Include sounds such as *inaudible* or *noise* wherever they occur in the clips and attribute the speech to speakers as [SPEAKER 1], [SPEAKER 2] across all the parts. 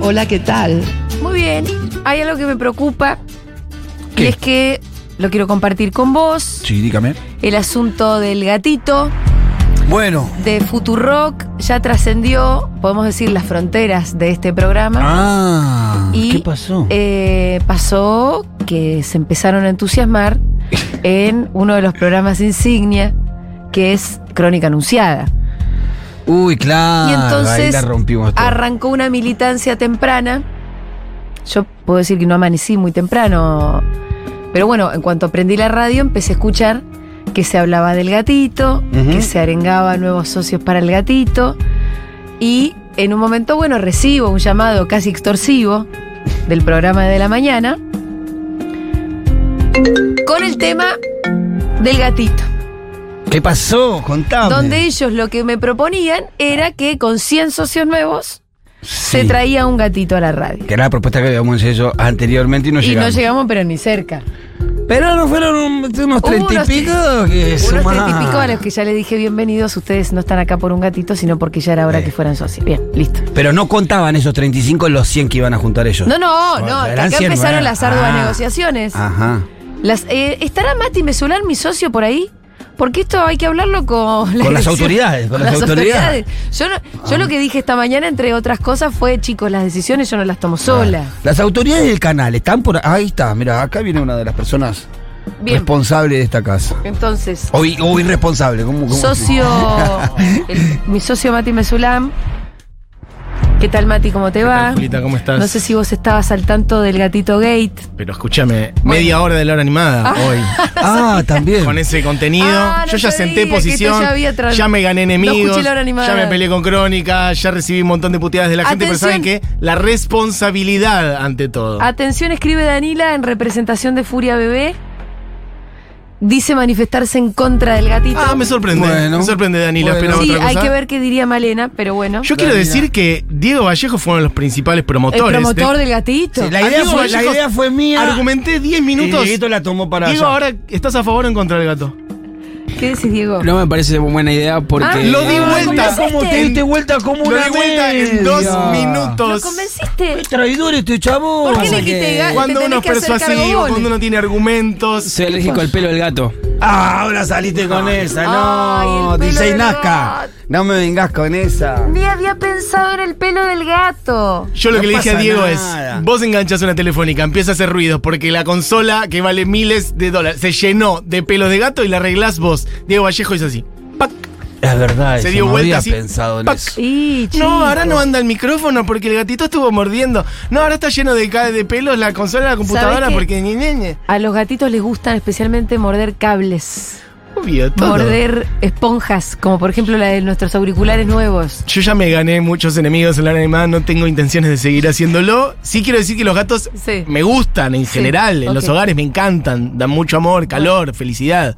[SPEAKER 1] Hola, ¿qué tal?
[SPEAKER 2] Muy bien. Hay algo que me preocupa.
[SPEAKER 3] ¿Qué?
[SPEAKER 2] Y es que lo quiero compartir con vos.
[SPEAKER 3] Sí, dígame.
[SPEAKER 2] El asunto del gatito,
[SPEAKER 3] Bueno.
[SPEAKER 2] de Futurock, ya trascendió, podemos decir, las fronteras de este programa.
[SPEAKER 3] Ah,
[SPEAKER 2] y
[SPEAKER 3] ¿qué pasó?
[SPEAKER 2] eh, pasó que se empezaron a
[SPEAKER 3] *laughs*
[SPEAKER 2] entusiasmar en uno de los programas insignia, que es Crónica Anunciada.
[SPEAKER 3] Uy, claro.
[SPEAKER 2] Y
[SPEAKER 3] ahí
[SPEAKER 2] entonces
[SPEAKER 3] la rompimos todo.
[SPEAKER 2] arrancó una militancia temprana. Yo puedo decir que no amanecí muy temprano, pero bueno, en cuanto aprendí la radio empecé a escuchar que se hablaba del gatito,
[SPEAKER 3] Ujú.
[SPEAKER 2] que se arengaba nuevos socios para el gatito y en un momento, bueno, recibo un llamado casi extorsivo del programa de la mañana con el tema del gatito.
[SPEAKER 3] ¿Qué pasó? Contame.
[SPEAKER 2] Donde ellos lo que me proponían era que con 100 socios nuevos se
[SPEAKER 3] Sí,
[SPEAKER 2] traía un gatito a la radio.
[SPEAKER 3] Que era la propuesta que habíamos hecho anteriormente y no
[SPEAKER 2] y
[SPEAKER 3] llegamos.
[SPEAKER 2] no llegamos, pero ni cerca.
[SPEAKER 3] Pero no fueron un- unos
[SPEAKER 2] Hubo
[SPEAKER 3] treinta y
[SPEAKER 2] unos-
[SPEAKER 3] pico que
[SPEAKER 2] Unos
[SPEAKER 3] sumaban.
[SPEAKER 2] treinta y pico a los que ya le dije bienvenidos, ustedes no están acá por un gatito, sino porque ya era hora
[SPEAKER 3] Sí.
[SPEAKER 2] que fueran socios. Bien, listo.
[SPEAKER 3] Pero no contaban esos 35 los 100 que iban a juntar ellos.
[SPEAKER 2] No, no,
[SPEAKER 3] Bueno,
[SPEAKER 2] no, que
[SPEAKER 3] eran
[SPEAKER 2] acá
[SPEAKER 3] 100,
[SPEAKER 2] empezaron
[SPEAKER 3] bueno.
[SPEAKER 2] las arduas
[SPEAKER 3] Ah.
[SPEAKER 2] negociaciones.
[SPEAKER 3] Ajá.
[SPEAKER 2] Las, eh, ¿Estará Mati Mesular, mi socio, por ahí? Porque esto hay que hablarlo con, la
[SPEAKER 3] Con las
[SPEAKER 2] dirección.
[SPEAKER 3] autoridades, con las autoridades. Ah.
[SPEAKER 2] Yo, no- yo lo que dije esta mañana, entre otras cosas, fue, chicos, las decisiones yo no las tomo sola.
[SPEAKER 3] Ah. Las autoridades del canal están por. Ahí está, mira, acá viene una de las personas
[SPEAKER 2] Bien,
[SPEAKER 3] responsables de esta casa.
[SPEAKER 2] entonces,
[SPEAKER 3] O, i- o irresponsable, ¿cómo, cómo?
[SPEAKER 2] socio,
[SPEAKER 4] *laughs*
[SPEAKER 2] el- mi socio Mati Mesulam. ¿Qué tal, Mati? ¿Cómo te
[SPEAKER 4] tal,
[SPEAKER 2] va?
[SPEAKER 4] Julita? ¿Cómo estás?
[SPEAKER 2] No sé si vos estabas al tanto del gatito Gate.
[SPEAKER 4] Pero escúchame, media hora de la hora animada hoy.
[SPEAKER 3] Ah, también.
[SPEAKER 4] *laughs* Con ese contenido,
[SPEAKER 2] Ah, no
[SPEAKER 4] yo ya
[SPEAKER 2] sabía
[SPEAKER 4] senté
[SPEAKER 2] que esto
[SPEAKER 4] posición,
[SPEAKER 2] ya había tra-
[SPEAKER 4] ya me gané
[SPEAKER 2] No escuché
[SPEAKER 4] enemigos,
[SPEAKER 2] la hora animada.
[SPEAKER 4] ya me peleé con Crónica, ya recibí un montón de puteadas de la gente, pero saben
[SPEAKER 2] Atención.
[SPEAKER 4] que la responsabilidad ante todo.
[SPEAKER 2] Atención, escribe Danila en representación de Furia Bebé. Dice manifestarse en contra del gatito.
[SPEAKER 4] Ah, me sorprende,
[SPEAKER 3] Bueno.
[SPEAKER 4] me sorprende Danila,
[SPEAKER 3] Bueno.
[SPEAKER 4] esperaba
[SPEAKER 2] sí,
[SPEAKER 4] otra
[SPEAKER 2] hay
[SPEAKER 4] cosa.
[SPEAKER 2] que ver qué diría Malena, pero bueno.
[SPEAKER 4] Yo quiero
[SPEAKER 3] Danila.
[SPEAKER 4] decir que Diego Vallejo fue uno de los principales
[SPEAKER 2] el
[SPEAKER 4] promotores.
[SPEAKER 2] promotor
[SPEAKER 4] de-
[SPEAKER 2] del gatito.
[SPEAKER 3] Sí, la, idea
[SPEAKER 4] Amigo,
[SPEAKER 3] fue, la
[SPEAKER 4] Vallejos,
[SPEAKER 3] idea fue mía.
[SPEAKER 4] Argumenté 10
[SPEAKER 3] Y
[SPEAKER 4] minutos.
[SPEAKER 3] Dieguito la tomó para
[SPEAKER 4] Diego,
[SPEAKER 3] allá.
[SPEAKER 4] ahora estás a favor o en contra del gato.
[SPEAKER 2] ¿Qué decís, Diego?
[SPEAKER 5] No me parece buena idea porque.
[SPEAKER 3] Eh,
[SPEAKER 2] Ah,
[SPEAKER 4] Lo di
[SPEAKER 2] Ah,
[SPEAKER 4] vuelta.
[SPEAKER 2] ¿cómo
[SPEAKER 3] ¿Cómo te diste vuelta como
[SPEAKER 4] Lo
[SPEAKER 3] una
[SPEAKER 4] di vuelta en
[SPEAKER 3] media?
[SPEAKER 4] dos
[SPEAKER 2] ¿Lo
[SPEAKER 4] minutos.
[SPEAKER 2] convenciste?
[SPEAKER 3] Qué traidor este chavo.
[SPEAKER 2] ¿Por qué
[SPEAKER 5] pasa
[SPEAKER 2] le dijiste
[SPEAKER 5] que-
[SPEAKER 2] gato?
[SPEAKER 4] Cuando
[SPEAKER 2] Te
[SPEAKER 4] uno
[SPEAKER 2] tenés
[SPEAKER 4] es
[SPEAKER 2] que hacer cargo
[SPEAKER 4] persuasivo,
[SPEAKER 2] vos.
[SPEAKER 4] cuando uno tiene argumentos.
[SPEAKER 5] Soy alérgico al pelo del gato.
[SPEAKER 3] Ah, ahora saliste con esa,
[SPEAKER 2] Ay,
[SPEAKER 3] no.
[SPEAKER 2] el pelo
[SPEAKER 3] DJ
[SPEAKER 2] del
[SPEAKER 3] Nazca.
[SPEAKER 2] gato.
[SPEAKER 3] No me vengas con esa.
[SPEAKER 2] Ni había pensado en el pelo del gato.
[SPEAKER 4] Yo lo
[SPEAKER 3] No
[SPEAKER 4] que le dije a
[SPEAKER 3] pasa
[SPEAKER 4] Diego
[SPEAKER 3] nada.
[SPEAKER 4] es, vos enganchás una telefónica, empieza a hacer ruidos porque la consola que vale miles de dólares se llenó de pelos de gato y la arreglás vos. Diego Vallejo hizo así. Pac.
[SPEAKER 3] Es verdad,
[SPEAKER 4] Se
[SPEAKER 3] eso,
[SPEAKER 4] dio
[SPEAKER 3] no
[SPEAKER 4] vuelta
[SPEAKER 3] había
[SPEAKER 4] así.
[SPEAKER 3] pensado en
[SPEAKER 4] Pac.
[SPEAKER 3] eso.
[SPEAKER 2] Y,
[SPEAKER 4] No, ahora no
[SPEAKER 2] chico.
[SPEAKER 4] anda el micrófono porque el gatito estuvo mordiendo. No, ahora está lleno de, ca- de pelos la consola, la computadora
[SPEAKER 2] qué?
[SPEAKER 4] porque ni niñe.
[SPEAKER 2] A los gatitos les gustan especialmente morder cables,
[SPEAKER 4] Obvio, todo.
[SPEAKER 2] morder esponjas, como por ejemplo la de nuestros auriculares nuevos.
[SPEAKER 4] Yo ya me gané muchos enemigos en la hora animada, no tengo intenciones de seguir haciéndolo. Sí quiero decir que los gatos
[SPEAKER 2] Sí.
[SPEAKER 4] me gustan en
[SPEAKER 2] Sí,
[SPEAKER 4] general, en los
[SPEAKER 2] ok.
[SPEAKER 4] hogares me encantan, dan mucho amor, calor, felicidad.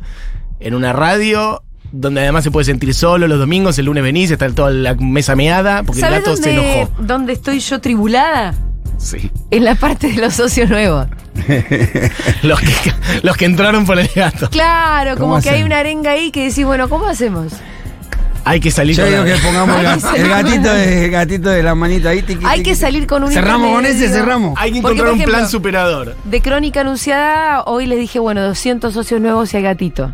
[SPEAKER 4] En una radio donde además se puede sentir solo los domingos, el lunes venís, está toda la mesa meada, porque el
[SPEAKER 2] ¿Sabes
[SPEAKER 4] gato se
[SPEAKER 2] dónde,
[SPEAKER 4] enojó.
[SPEAKER 2] dónde estoy yo tribulada?
[SPEAKER 4] Sí. *laughs*
[SPEAKER 2] En la parte de los socios nuevos.
[SPEAKER 4] Los que, los que entraron por el gato.
[SPEAKER 2] Claro, como
[SPEAKER 3] ¿Cómo
[SPEAKER 2] que hay
[SPEAKER 3] hacen?
[SPEAKER 2] una arenga ahí que decís, bueno, ¿cómo hacemos?
[SPEAKER 4] Hay que salir
[SPEAKER 3] Yo
[SPEAKER 4] con
[SPEAKER 3] digo
[SPEAKER 4] la-
[SPEAKER 3] que pongamos el,
[SPEAKER 2] Hay
[SPEAKER 3] ga-
[SPEAKER 2] que
[SPEAKER 3] el
[SPEAKER 2] salir con
[SPEAKER 3] gatito
[SPEAKER 2] la-
[SPEAKER 3] de, el gatito de la manita ahí. tiqui,
[SPEAKER 2] Hay
[SPEAKER 3] tiqui,
[SPEAKER 2] que
[SPEAKER 3] tiqui.
[SPEAKER 2] salir con un
[SPEAKER 3] Cerramos con ese,
[SPEAKER 2] intermedio.
[SPEAKER 3] cerramos.
[SPEAKER 4] *laughs* este, Hay que
[SPEAKER 2] Porque,
[SPEAKER 4] encontrar
[SPEAKER 2] por
[SPEAKER 4] un plan
[SPEAKER 2] ejemplo,
[SPEAKER 4] superador.
[SPEAKER 2] De crónica anunciada, hoy les dije, bueno, 200 socios nuevos y hay gatito.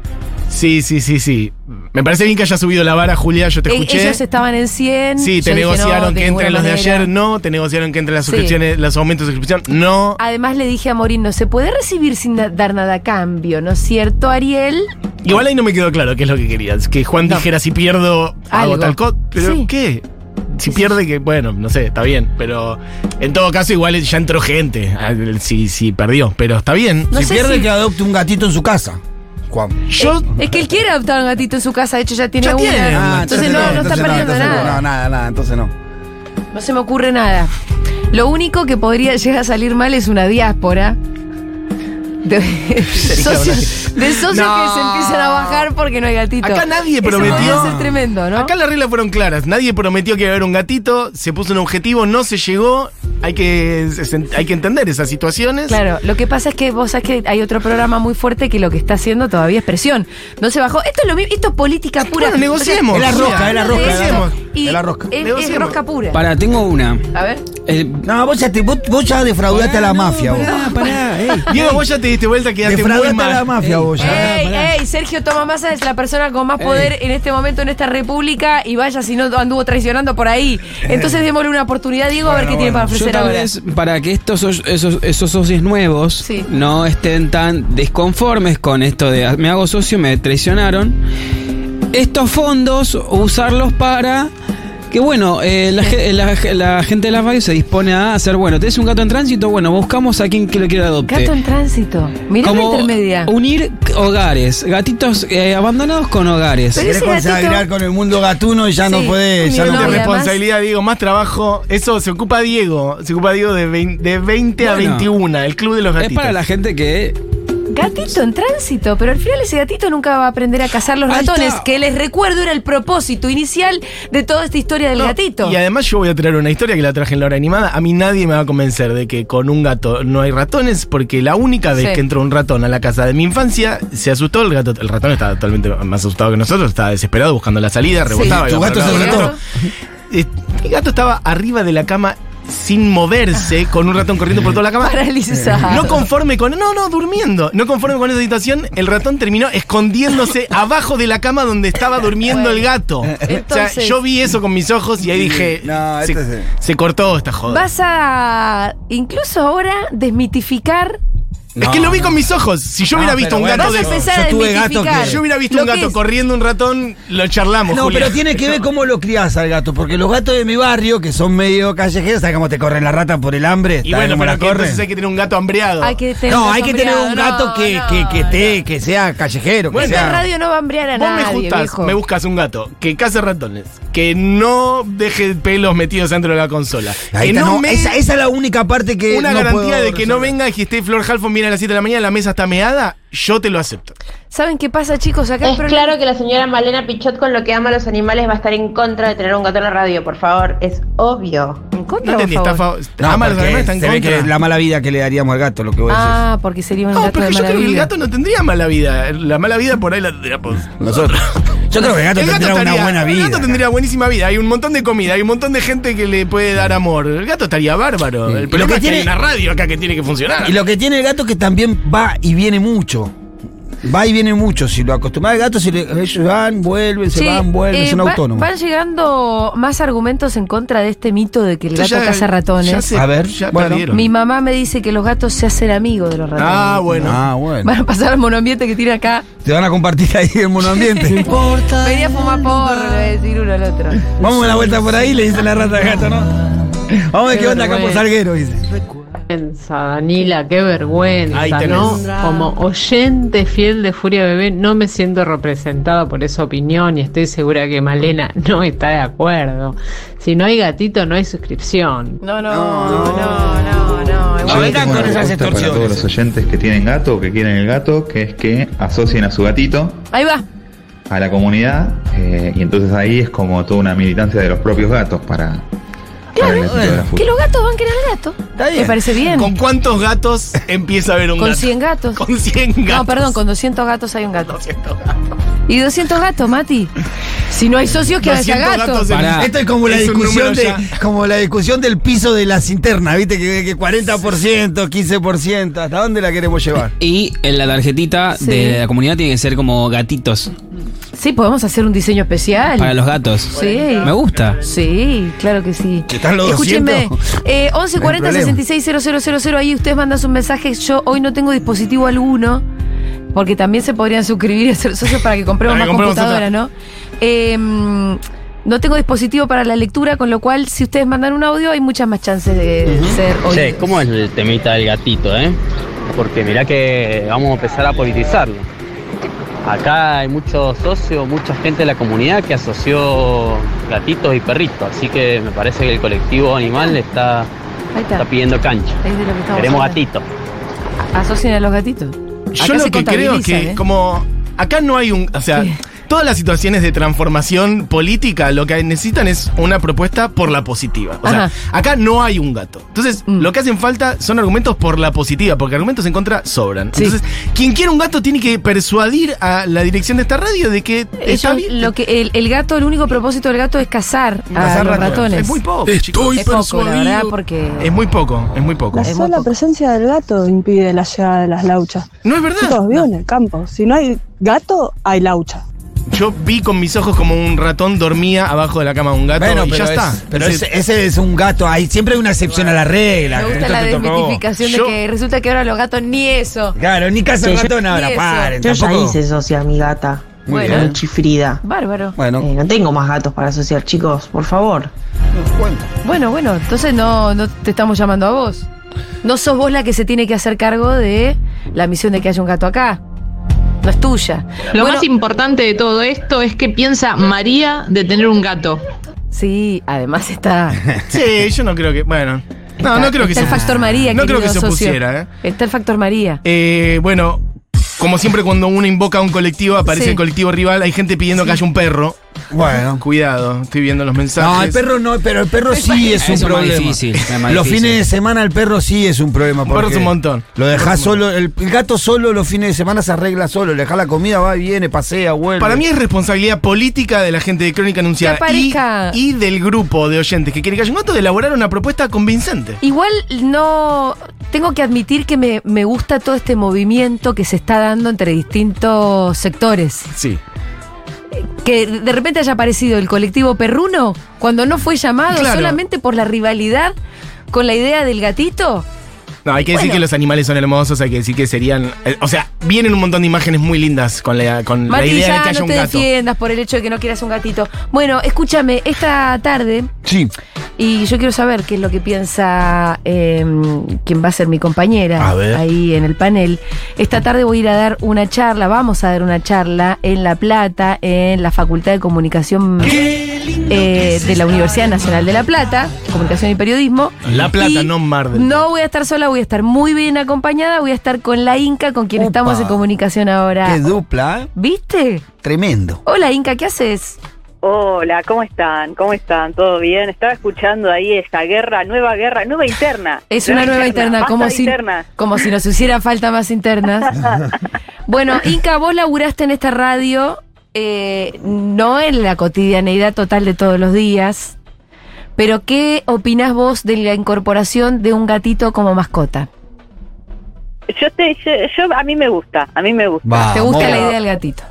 [SPEAKER 4] Sí, sí, sí, sí. Me parece bien que haya subido la vara, Julia, yo te
[SPEAKER 2] E-
[SPEAKER 4] escuché.
[SPEAKER 2] Ellos estaban en 100.
[SPEAKER 4] Sí, te
[SPEAKER 2] yo dije, no,
[SPEAKER 4] negociaron
[SPEAKER 2] de ninguna
[SPEAKER 4] que entren los de
[SPEAKER 2] manera.
[SPEAKER 4] ayer, no. Te negociaron que entren las
[SPEAKER 2] Sí. Ah.
[SPEAKER 4] suscripciones, los aumentos de suscripción, no.
[SPEAKER 2] Además le dije a Morín, no se puede recibir sin da- dar nada a cambio, ¿no es cierto, Ariel?
[SPEAKER 4] Igual ahí no me quedó claro qué es lo que querías. Que Juan
[SPEAKER 2] No.
[SPEAKER 4] dijera si pierdo,
[SPEAKER 2] Algo.
[SPEAKER 4] hago tal cosa. Pero
[SPEAKER 2] Sí.
[SPEAKER 4] ¿qué? Si pierde, que bueno, no sé, está bien. Pero en todo caso, igual ya entró gente. ah, Si, si perdió, pero está bien.
[SPEAKER 2] No
[SPEAKER 3] si
[SPEAKER 2] sé
[SPEAKER 3] pierde,
[SPEAKER 2] si-
[SPEAKER 3] que adopte un gatito en su casa. Juan.
[SPEAKER 4] Yo.
[SPEAKER 2] Es que él quiere adoptar un gatito en su casa, de hecho ya tiene
[SPEAKER 4] Ya
[SPEAKER 2] una.
[SPEAKER 4] tiene. Ah,
[SPEAKER 2] entonces
[SPEAKER 4] entonces
[SPEAKER 2] no,
[SPEAKER 4] no,
[SPEAKER 2] no está
[SPEAKER 3] entonces
[SPEAKER 2] perdiendo
[SPEAKER 3] entonces
[SPEAKER 2] nada.
[SPEAKER 3] No, nada, nada, entonces no.
[SPEAKER 2] No se me ocurre nada. Lo único que podría llegar a salir mal es una diáspora. De,
[SPEAKER 4] *laughs*
[SPEAKER 2] socios, de socios que se empiezan a bajar porque no hay gatito.
[SPEAKER 4] Acá nadie
[SPEAKER 2] Eso
[SPEAKER 4] prometió.
[SPEAKER 2] podría ser tremendo, ¿no?
[SPEAKER 4] Acá las reglas fueron claras. Nadie prometió que iba a haber un gatito. Se puso un objetivo, no se llegó. Hay que, hay que entender esas situaciones.
[SPEAKER 2] Claro, lo que pasa es que vos sabés que hay otro programa muy fuerte que lo que está haciendo todavía es presión. No se bajó. Esto es lo mismo, esto es política pura.
[SPEAKER 4] Bueno, negociemos.
[SPEAKER 3] Es la rosca, es la
[SPEAKER 2] hablando de
[SPEAKER 3] rosca,
[SPEAKER 2] esto,
[SPEAKER 3] digamos.
[SPEAKER 2] Y
[SPEAKER 3] De la rosca.
[SPEAKER 2] Es,
[SPEAKER 4] Leo
[SPEAKER 2] es
[SPEAKER 4] siempre.
[SPEAKER 2] rosca pura.
[SPEAKER 5] Para, tengo una.
[SPEAKER 2] A ver.
[SPEAKER 5] Eh, Ah,
[SPEAKER 3] No, vos ya, te- vos, vos ya defraudaste a la mafia, vos.
[SPEAKER 5] pará, pará, ey.
[SPEAKER 4] Diego, vos ya te diste vuelta, quedaste muy
[SPEAKER 3] Defraudaste a la
[SPEAKER 4] mal.
[SPEAKER 5] Ey.
[SPEAKER 3] mafia, vos Pues ya.
[SPEAKER 2] Ey,
[SPEAKER 5] pará.
[SPEAKER 2] ey, Sergio Tomamasa es la persona con más
[SPEAKER 5] Ey.
[SPEAKER 2] poder en este momento en esta república y vaya si no anduvo traicionando por ahí. Entonces démosle una oportunidad, Diego, a ver qué tiene
[SPEAKER 5] Yo
[SPEAKER 2] para ofrecer
[SPEAKER 5] tal
[SPEAKER 2] ahora.
[SPEAKER 5] vez, para que estos so- esos, esos socios nuevos
[SPEAKER 2] Sí.
[SPEAKER 5] no estén tan desconformes con esto de "Ah, me hago socio, me traicionaron, estos fondos usarlos para que bueno, eh, la, ge- la ge- la gente de la radio se dispone a hacer, bueno, tenés un gato en tránsito, bueno, buscamos a quien que lo quiera adoptar.
[SPEAKER 3] eh,
[SPEAKER 2] Gato en tránsito. Mirá la
[SPEAKER 5] Como
[SPEAKER 2] intermedia.
[SPEAKER 5] unir hogares, gatitos eh, abandonados con hogares.
[SPEAKER 2] Pero
[SPEAKER 3] Querés
[SPEAKER 2] ese gatito-
[SPEAKER 3] consagrar con el mundo gatuno y ya no
[SPEAKER 2] Sí,
[SPEAKER 3] podés, ya
[SPEAKER 2] mi
[SPEAKER 3] no
[SPEAKER 4] De
[SPEAKER 2] novia.
[SPEAKER 3] podés.
[SPEAKER 4] responsabilidad, Diego, más trabajo. Eso se ocupa Diego. Se ocupa Diego de 20, de 20 a
[SPEAKER 5] Bueno.
[SPEAKER 4] 21, el club de los
[SPEAKER 5] Es
[SPEAKER 4] gatitos.
[SPEAKER 5] para la gente que
[SPEAKER 2] Gatito en tránsito, pero al final ese gatito nunca va a aprender a cazar los
[SPEAKER 5] Ahí
[SPEAKER 2] ratones,
[SPEAKER 5] está.
[SPEAKER 2] que les recuerdo era el propósito inicial de toda esta historia del
[SPEAKER 4] No,
[SPEAKER 2] gatito.
[SPEAKER 4] Y además yo voy a traer una historia que la traje en la hora animada. A mí nadie me va a convencer de que con un gato no hay ratones, porque la única vez
[SPEAKER 2] Sí.
[SPEAKER 4] que entró un ratón a la casa de mi infancia, se asustó el gato. El ratón estaba totalmente más asustado que nosotros, estaba desesperado buscando la salida, rebotaba.
[SPEAKER 3] Tu
[SPEAKER 4] iba
[SPEAKER 3] gato
[SPEAKER 4] para
[SPEAKER 3] se
[SPEAKER 4] un lado,
[SPEAKER 3] asustó.
[SPEAKER 4] Eh, Mi gato estaba arriba de la cama sin moverse, con un ratón corriendo por toda la cama.
[SPEAKER 2] Paralizado.
[SPEAKER 4] Eh. No conforme con. No, no, durmiendo. No conforme con esa situación, el ratón terminó
[SPEAKER 2] *laughs*
[SPEAKER 4] escondiéndose abajo de la cama donde estaba durmiendo el gato. o sea,
[SPEAKER 2] Entonces-
[SPEAKER 4] yo vi eso con mis ojos y ahí dije.
[SPEAKER 3] No,
[SPEAKER 4] se,
[SPEAKER 3] esto es-
[SPEAKER 4] se cortó esta joda.
[SPEAKER 2] Vas a incluso ahora desmitificar.
[SPEAKER 4] es que lo vi con mis ojos. Si yo hubiera visto un gato
[SPEAKER 2] Vas a
[SPEAKER 4] de.
[SPEAKER 2] empezar a
[SPEAKER 3] yo tuve gatos
[SPEAKER 2] desmitificar.
[SPEAKER 3] que-
[SPEAKER 4] Si yo hubiera visto
[SPEAKER 2] Lo
[SPEAKER 4] un
[SPEAKER 2] que
[SPEAKER 4] gato
[SPEAKER 2] es-
[SPEAKER 4] corriendo un ratón, lo charlamos.
[SPEAKER 3] No,
[SPEAKER 4] Julia.
[SPEAKER 3] pero tiene que ver cómo lo criás al gato, porque los gatos de mi barrio, que son medio callejeros, ¿sabes cómo te corren la rata por el hambre?
[SPEAKER 4] Y
[SPEAKER 3] ¿Sabés
[SPEAKER 4] bueno,
[SPEAKER 3] cómo
[SPEAKER 4] pero
[SPEAKER 3] la
[SPEAKER 4] que
[SPEAKER 3] corren?
[SPEAKER 4] entonces hay que tener un gato hambreado.
[SPEAKER 2] Hay que tener
[SPEAKER 3] No, hay que tener
[SPEAKER 2] sombreado.
[SPEAKER 3] un gato
[SPEAKER 2] No,
[SPEAKER 3] que,
[SPEAKER 2] no,
[SPEAKER 3] que, que,
[SPEAKER 2] no.
[SPEAKER 3] esté- que sea callejero, que
[SPEAKER 4] Bueno,
[SPEAKER 3] sea...
[SPEAKER 2] Esta radio no va a hambrear a
[SPEAKER 4] Vos me
[SPEAKER 2] nadie,
[SPEAKER 4] juntás,
[SPEAKER 2] viejo.
[SPEAKER 4] me buscas un gato que case ratones, que no deje pelos metidos dentro de la consola.
[SPEAKER 3] Ahí
[SPEAKER 4] que
[SPEAKER 3] está, no,
[SPEAKER 4] me-
[SPEAKER 3] esa, esa es la única parte que
[SPEAKER 4] una
[SPEAKER 3] Eh, no
[SPEAKER 4] garantía
[SPEAKER 3] puedo
[SPEAKER 4] de que no
[SPEAKER 3] resolver.
[SPEAKER 4] venga y que esté Flor Halfon viene a las 7 de la mañana, la mesa está meada, yo te lo acepto.
[SPEAKER 2] ¿Saben qué pasa, chicos? Acá el
[SPEAKER 1] Es
[SPEAKER 2] problema-
[SPEAKER 1] claro que la señora Malena Pichot con lo que ama a los animales va a estar en contra de tener un gato en la radio, por favor, es obvio.
[SPEAKER 2] En contra,
[SPEAKER 4] No
[SPEAKER 2] por
[SPEAKER 4] entendí,
[SPEAKER 2] favor.
[SPEAKER 4] está fa-
[SPEAKER 3] No,
[SPEAKER 4] ama a los
[SPEAKER 3] porque
[SPEAKER 4] animales, está en
[SPEAKER 3] se ve que
[SPEAKER 4] contra.
[SPEAKER 3] es la mala vida que le daríamos al gato, lo que vos
[SPEAKER 2] Ah, porque sería un
[SPEAKER 4] No,
[SPEAKER 2] gato
[SPEAKER 4] pero
[SPEAKER 2] de
[SPEAKER 4] es que yo creo que el
[SPEAKER 2] maravilla.
[SPEAKER 4] gato no tendría mala vida. eh, La mala vida por ahí la tendríamos
[SPEAKER 3] decís. Nosotros. Yo creo que el gato tendrá una
[SPEAKER 4] estaría-
[SPEAKER 3] buena
[SPEAKER 4] El
[SPEAKER 3] vida.
[SPEAKER 4] gato tendría buenísima vida. Hay un montón de comida, hay un montón de gente que le puede dar amor. El gato estaría bárbaro.
[SPEAKER 3] Sí. Y
[SPEAKER 4] El
[SPEAKER 3] lo
[SPEAKER 4] problema
[SPEAKER 3] que
[SPEAKER 4] es que
[SPEAKER 3] tiene-
[SPEAKER 4] hay una radio acá que tiene que funcionar.
[SPEAKER 3] Y lo que tiene el gato es que también va y viene mucho. Va y viene mucho. Si lo acostumbras al gato, si le- ellos van, vuelven, se
[SPEAKER 2] Sí,
[SPEAKER 3] van, vuelven,
[SPEAKER 2] eh,
[SPEAKER 3] son
[SPEAKER 2] va-
[SPEAKER 3] autónomos.
[SPEAKER 2] Van llegando más argumentos en contra de este mito de que el gato
[SPEAKER 4] Entonces ya-
[SPEAKER 2] caza
[SPEAKER 4] ya
[SPEAKER 2] ratones.
[SPEAKER 4] se-
[SPEAKER 3] A ver,
[SPEAKER 4] ya
[SPEAKER 3] bueno.
[SPEAKER 4] perdieron.
[SPEAKER 2] Mi mamá me dice que los gatos se hacen amigos de los ratones.
[SPEAKER 4] Ah, bueno.
[SPEAKER 3] Ah, bueno.
[SPEAKER 2] Van a pasar al monoambiente que tiene acá.
[SPEAKER 3] Te van a compartir ahí el monoambiente.
[SPEAKER 2] Venía a fumar porro, le va a decir uno al otro.
[SPEAKER 3] Vamos a la vuelta por ahí, le dice la rata al gato, ¿no? Vamos a ver
[SPEAKER 2] Qué
[SPEAKER 3] qué onda acá por
[SPEAKER 2] vergüenza.
[SPEAKER 3] Salguero, dice.
[SPEAKER 6] vergüenza, Danila, qué vergüenza,
[SPEAKER 4] Ahí tenés.
[SPEAKER 6] ¿no? Como oyente fiel de Furia Bebé, no me siento representada por esa opinión y estoy segura que Malena *laughs* no está de acuerdo. Si no hay gatito, no hay suscripción.
[SPEAKER 2] No, no, no, no, no.
[SPEAKER 3] A ver,
[SPEAKER 7] tengo
[SPEAKER 3] con
[SPEAKER 7] una
[SPEAKER 3] esas
[SPEAKER 7] propuesta para
[SPEAKER 3] extorsiones.
[SPEAKER 7] todos los oyentes que tienen gato o que quieren el gato, que es que asocien a su gatito
[SPEAKER 2] Ahí va.
[SPEAKER 7] a la comunidad eh, y entonces ahí es como toda una militancia de los propios gatos para, para el gatito de la
[SPEAKER 2] Que
[SPEAKER 7] futura.
[SPEAKER 2] los gatos van a querer al gato.
[SPEAKER 3] Está bien.
[SPEAKER 2] Me parece bien.
[SPEAKER 4] ¿Con cuántos gatos *laughs* empieza a haber un
[SPEAKER 2] Con
[SPEAKER 4] gato?
[SPEAKER 2] 100 gatos.
[SPEAKER 4] Con 100 gatos.
[SPEAKER 2] No, perdón, con 200 gatos hay un gato.
[SPEAKER 4] 200 gatos.
[SPEAKER 2] ¿Y 200 gatos, Mati? Si no hay socios, que haya
[SPEAKER 4] 200
[SPEAKER 2] gatos.
[SPEAKER 4] gatos en-
[SPEAKER 5] Pará.
[SPEAKER 3] Esto es como la
[SPEAKER 4] Es un
[SPEAKER 3] discusión
[SPEAKER 4] número
[SPEAKER 3] de,
[SPEAKER 4] ya.
[SPEAKER 3] como la discusión del piso de la cinterna, viste que, que 40%, 15%, ¿hasta dónde la queremos llevar?
[SPEAKER 5] Y en la tarjetita
[SPEAKER 2] Sí.
[SPEAKER 5] de la comunidad tiene que ser como gatitos
[SPEAKER 2] Sí, podemos hacer un diseño especial.
[SPEAKER 5] para los gatos.
[SPEAKER 2] Sí.
[SPEAKER 5] Me gusta.
[SPEAKER 2] Sí, claro que sí.
[SPEAKER 3] Que están los
[SPEAKER 2] Escúchenme,
[SPEAKER 3] 200.
[SPEAKER 2] eh, 1140
[SPEAKER 3] No hay
[SPEAKER 2] 660000, ahí ustedes mandan sus mensajes. Yo hoy no tengo dispositivo alguno, porque también se podrían suscribir y hacer socios para que compremos
[SPEAKER 4] Para
[SPEAKER 2] más
[SPEAKER 4] que compremos
[SPEAKER 2] computadoras, ¿no? Eh, mm, no tengo dispositivo para la lectura, con lo cual, si ustedes mandan un audio, hay muchas más chances de ser
[SPEAKER 8] Che,
[SPEAKER 2] oídos.
[SPEAKER 8] ¿cómo es el temita del gatito, eh? Porque mirá que vamos a empezar a politizarlo. Acá hay muchos socios, mucha gente de la comunidad que asoció gatitos y perritos, así que me parece que el colectivo animal está,
[SPEAKER 2] Ahí está.
[SPEAKER 8] está pidiendo cancha.
[SPEAKER 2] Ahí es de lo que estamos
[SPEAKER 8] Queremos
[SPEAKER 2] hablando.
[SPEAKER 8] gatitos.
[SPEAKER 2] Asocien a los gatitos.
[SPEAKER 4] Yo
[SPEAKER 2] Acá
[SPEAKER 4] lo
[SPEAKER 2] se
[SPEAKER 4] que creo que
[SPEAKER 2] contabilizan, ¿eh?
[SPEAKER 4] como acá no hay un, o sea,
[SPEAKER 2] Sí.
[SPEAKER 4] todas las situaciones de transformación política lo que necesitan es una propuesta por la positiva. O sea,
[SPEAKER 2] Ajá.
[SPEAKER 4] acá no hay un gato. Entonces,
[SPEAKER 2] Mm.
[SPEAKER 4] lo que hacen falta son argumentos por la positiva, porque argumentos en contra sobran.
[SPEAKER 2] Sí.
[SPEAKER 4] Entonces, quien quiera un gato tiene que persuadir a la dirección de esta radio de que está
[SPEAKER 2] Ellos-
[SPEAKER 4] bien.
[SPEAKER 2] Eh, lo que, el, el gato, el único propósito del gato es cazar a
[SPEAKER 3] Cazar
[SPEAKER 2] los
[SPEAKER 3] ratones.
[SPEAKER 2] ratones.
[SPEAKER 4] Es muy poco. chicos.
[SPEAKER 2] Es poco, la verdad, porque.
[SPEAKER 4] Es muy poco, es muy poco.
[SPEAKER 9] La
[SPEAKER 2] Es muy
[SPEAKER 9] sola
[SPEAKER 2] poco.
[SPEAKER 9] presencia del gato impide la llegada de las lauchas.
[SPEAKER 10] Ah,
[SPEAKER 4] No es verdad.
[SPEAKER 9] Chicos, vivo en el campo. Si no hay gato, hay laucha.
[SPEAKER 4] Yo vi con mis ojos como un ratón dormía abajo de la cama de un gato
[SPEAKER 3] Bueno,
[SPEAKER 4] y
[SPEAKER 3] pero,
[SPEAKER 4] ya
[SPEAKER 3] es-
[SPEAKER 4] está.
[SPEAKER 3] pero
[SPEAKER 4] Ese-
[SPEAKER 3] ese, ese es un gato. Ahí siempre hay una excepción a la regla.
[SPEAKER 2] Me gusta
[SPEAKER 3] Esto
[SPEAKER 2] la
[SPEAKER 3] te tocó.
[SPEAKER 2] desmitificación de
[SPEAKER 4] Yo-
[SPEAKER 2] que resulta que ahora los gatos ni eso.
[SPEAKER 3] Claro, ni casa
[SPEAKER 11] Sí, yo-
[SPEAKER 3] ratón ahora.
[SPEAKER 2] y eso.
[SPEAKER 3] Paren,
[SPEAKER 11] Yo ya
[SPEAKER 3] tampoco.
[SPEAKER 11] hice socia a mi gata,
[SPEAKER 3] Muy
[SPEAKER 2] Bueno.
[SPEAKER 11] con chifrida.
[SPEAKER 2] Bárbaro.
[SPEAKER 3] Bueno,
[SPEAKER 11] Eh, no tengo más gatos para asociar, chicos, por favor.
[SPEAKER 2] Bueno, bueno, entonces no, no te estamos llamando a vos. No sos vos la que se tiene que hacer cargo de la misión de que haya un gato acá. No es tuya.
[SPEAKER 12] Lo
[SPEAKER 2] Bueno,
[SPEAKER 12] más importante de todo esto es que piensa María de tener un gato.
[SPEAKER 2] Sí, además está.
[SPEAKER 4] Sí, yo no creo que. Bueno. No,
[SPEAKER 2] está-
[SPEAKER 4] no creo que
[SPEAKER 2] está
[SPEAKER 4] se
[SPEAKER 2] el factor
[SPEAKER 4] opusiera.
[SPEAKER 2] María.
[SPEAKER 4] No creo que
[SPEAKER 2] querido
[SPEAKER 4] se
[SPEAKER 2] socio.
[SPEAKER 4] opusiera, ¿eh?
[SPEAKER 2] Está el factor María.
[SPEAKER 4] Eh, Bueno, como siempre, cuando uno invoca a un colectivo, aparece
[SPEAKER 2] Sí.
[SPEAKER 4] el colectivo rival. Hay gente pidiendo que haya un perro.
[SPEAKER 3] bueno.
[SPEAKER 4] Cuidado, estoy viendo los mensajes.
[SPEAKER 3] No, el perro no, pero el perro sí es
[SPEAKER 5] Ah, Eso
[SPEAKER 3] un
[SPEAKER 5] es más *laughs*
[SPEAKER 3] problema.
[SPEAKER 5] difícil, es más
[SPEAKER 3] Los
[SPEAKER 5] difícil.
[SPEAKER 3] fines de semana el perro sí es un problema.
[SPEAKER 4] Un perro
[SPEAKER 3] porque
[SPEAKER 4] es un montón.
[SPEAKER 3] Lo
[SPEAKER 4] Un perro
[SPEAKER 3] dejás
[SPEAKER 4] es un
[SPEAKER 3] solo, el, el gato solo los fines de semana se arregla solo. Le dejás la comida, va, viene, pasea, vuelve.
[SPEAKER 4] Para mí es responsabilidad política de la gente de Crónica Anunciada
[SPEAKER 2] Que
[SPEAKER 4] y,
[SPEAKER 2] aparezca.
[SPEAKER 4] y del grupo de oyentes que quieren que haya un gato de elaborar una propuesta convincente.
[SPEAKER 2] Igual no. Tengo que admitir que me, me gusta todo este movimiento que se está dando entre distintos sectores.
[SPEAKER 4] Sí.
[SPEAKER 2] Que de repente haya aparecido el colectivo perruno cuando no fue llamado
[SPEAKER 4] Claro.
[SPEAKER 2] solamente por la rivalidad con la idea del gatito.
[SPEAKER 4] No, hay que decir
[SPEAKER 2] Bueno.
[SPEAKER 4] que los animales son hermosos, hay que decir que serían. eh, o sea, vienen un montón de imágenes muy lindas con la, con la
[SPEAKER 2] Mati, ya
[SPEAKER 4] idea de que haya
[SPEAKER 2] no
[SPEAKER 4] un
[SPEAKER 2] te
[SPEAKER 4] gato.
[SPEAKER 2] defiendas por el hecho de que no quieras un gatito. Bueno, escúchame, esta tarde,
[SPEAKER 3] Sí.
[SPEAKER 2] y yo quiero saber qué es lo que piensa eh, quien va a ser mi compañera
[SPEAKER 4] A ver.
[SPEAKER 2] ahí en el panel. Esta tarde voy a ir a dar una charla, vamos a dar una charla en La Plata, en la Facultad de Comunicación eh, de la Universidad Nacional de La Plata, Comunicación y Periodismo.
[SPEAKER 4] La Plata,
[SPEAKER 2] Y
[SPEAKER 4] no Mar del
[SPEAKER 2] No voy a estar sola, voy a estar muy bien acompañada, voy a estar con la Inca, con quien
[SPEAKER 3] Opa.
[SPEAKER 2] estamos en comunicación ahora.
[SPEAKER 3] Qué dupla, ¿eh?
[SPEAKER 2] ¿Viste?
[SPEAKER 3] tremendo.
[SPEAKER 2] Hola Inca, ¿qué haces?
[SPEAKER 9] Hola, ¿cómo están? ¿Cómo están? ¿Todo bien? Estaba escuchando ahí esa guerra, nueva guerra, nueva interna.
[SPEAKER 2] Es una nueva interna, como si, como si nos hiciera falta más
[SPEAKER 3] *laughs*
[SPEAKER 2] internas. bueno, Inca, vos laburaste en esta radio, eh, no en la cotidianeidad total de todos los días, pero ¿qué opinás vos de la incorporación de un gatito como mascota?
[SPEAKER 9] Yo, te, yo, yo- a mí me gusta, a mí me gusta.
[SPEAKER 3] Vamos.
[SPEAKER 4] Ah,
[SPEAKER 2] ¿Te gusta la idea del gatito?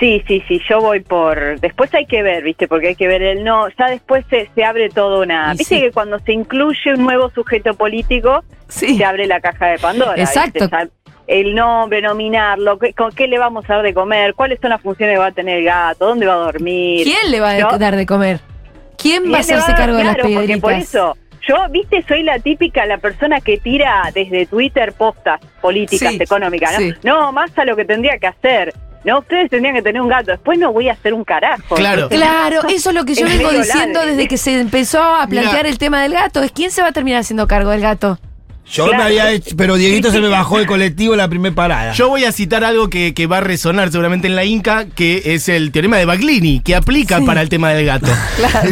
[SPEAKER 9] Sí, sí, sí, yo voy por... Después hay que ver, ¿viste? Porque hay que ver el no. Ya después se, se abre todo una...
[SPEAKER 2] Y
[SPEAKER 9] ¿Viste
[SPEAKER 2] sí.
[SPEAKER 9] que cuando se incluye un nuevo sujeto político,
[SPEAKER 2] Sí.
[SPEAKER 9] se abre la caja de Pandora? ¿viste?
[SPEAKER 2] Exacto.
[SPEAKER 9] Ya El nombre, nominarlo, qué- con qué le vamos a dar de comer, cuáles son las funciones que va a tener el gato, dónde va a dormir.
[SPEAKER 2] ¿Quién le va a
[SPEAKER 9] ¿No?
[SPEAKER 2] dar de comer? ¿Quién
[SPEAKER 9] ¿Quién
[SPEAKER 2] va a
[SPEAKER 9] le
[SPEAKER 2] hacerse
[SPEAKER 9] dar?
[SPEAKER 2] cargo de las
[SPEAKER 9] Claro, porque
[SPEAKER 2] piedritas?
[SPEAKER 9] Por eso, yo, viste, soy la típica, la persona que tira desde Twitter postas políticas,
[SPEAKER 2] Sí,
[SPEAKER 9] económicas, ¿no?
[SPEAKER 2] sí.
[SPEAKER 9] No, más a lo que tendría que hacer. No, ustedes tendrían que tener un gato. Después no voy a hacer un carajo.
[SPEAKER 4] Claro.
[SPEAKER 9] Entonces,
[SPEAKER 2] Claro, eso es lo que yo
[SPEAKER 9] *laughs* Es
[SPEAKER 2] vengo
[SPEAKER 9] medio
[SPEAKER 2] diciendo
[SPEAKER 9] ladre.
[SPEAKER 2] desde que se empezó a plantear el tema del gato, es quién se va a terminar haciendo cargo del gato.
[SPEAKER 3] Yo me
[SPEAKER 9] Claro.
[SPEAKER 3] había hecho, pero Dieguito se me bajó del colectivo en la primera parada. *laughs*
[SPEAKER 4] Yo voy a citar algo que, que va a resonar seguramente en la Inca, que es el teorema de Baglini, que aplica para el tema
[SPEAKER 2] *laughs*
[SPEAKER 4] del gato.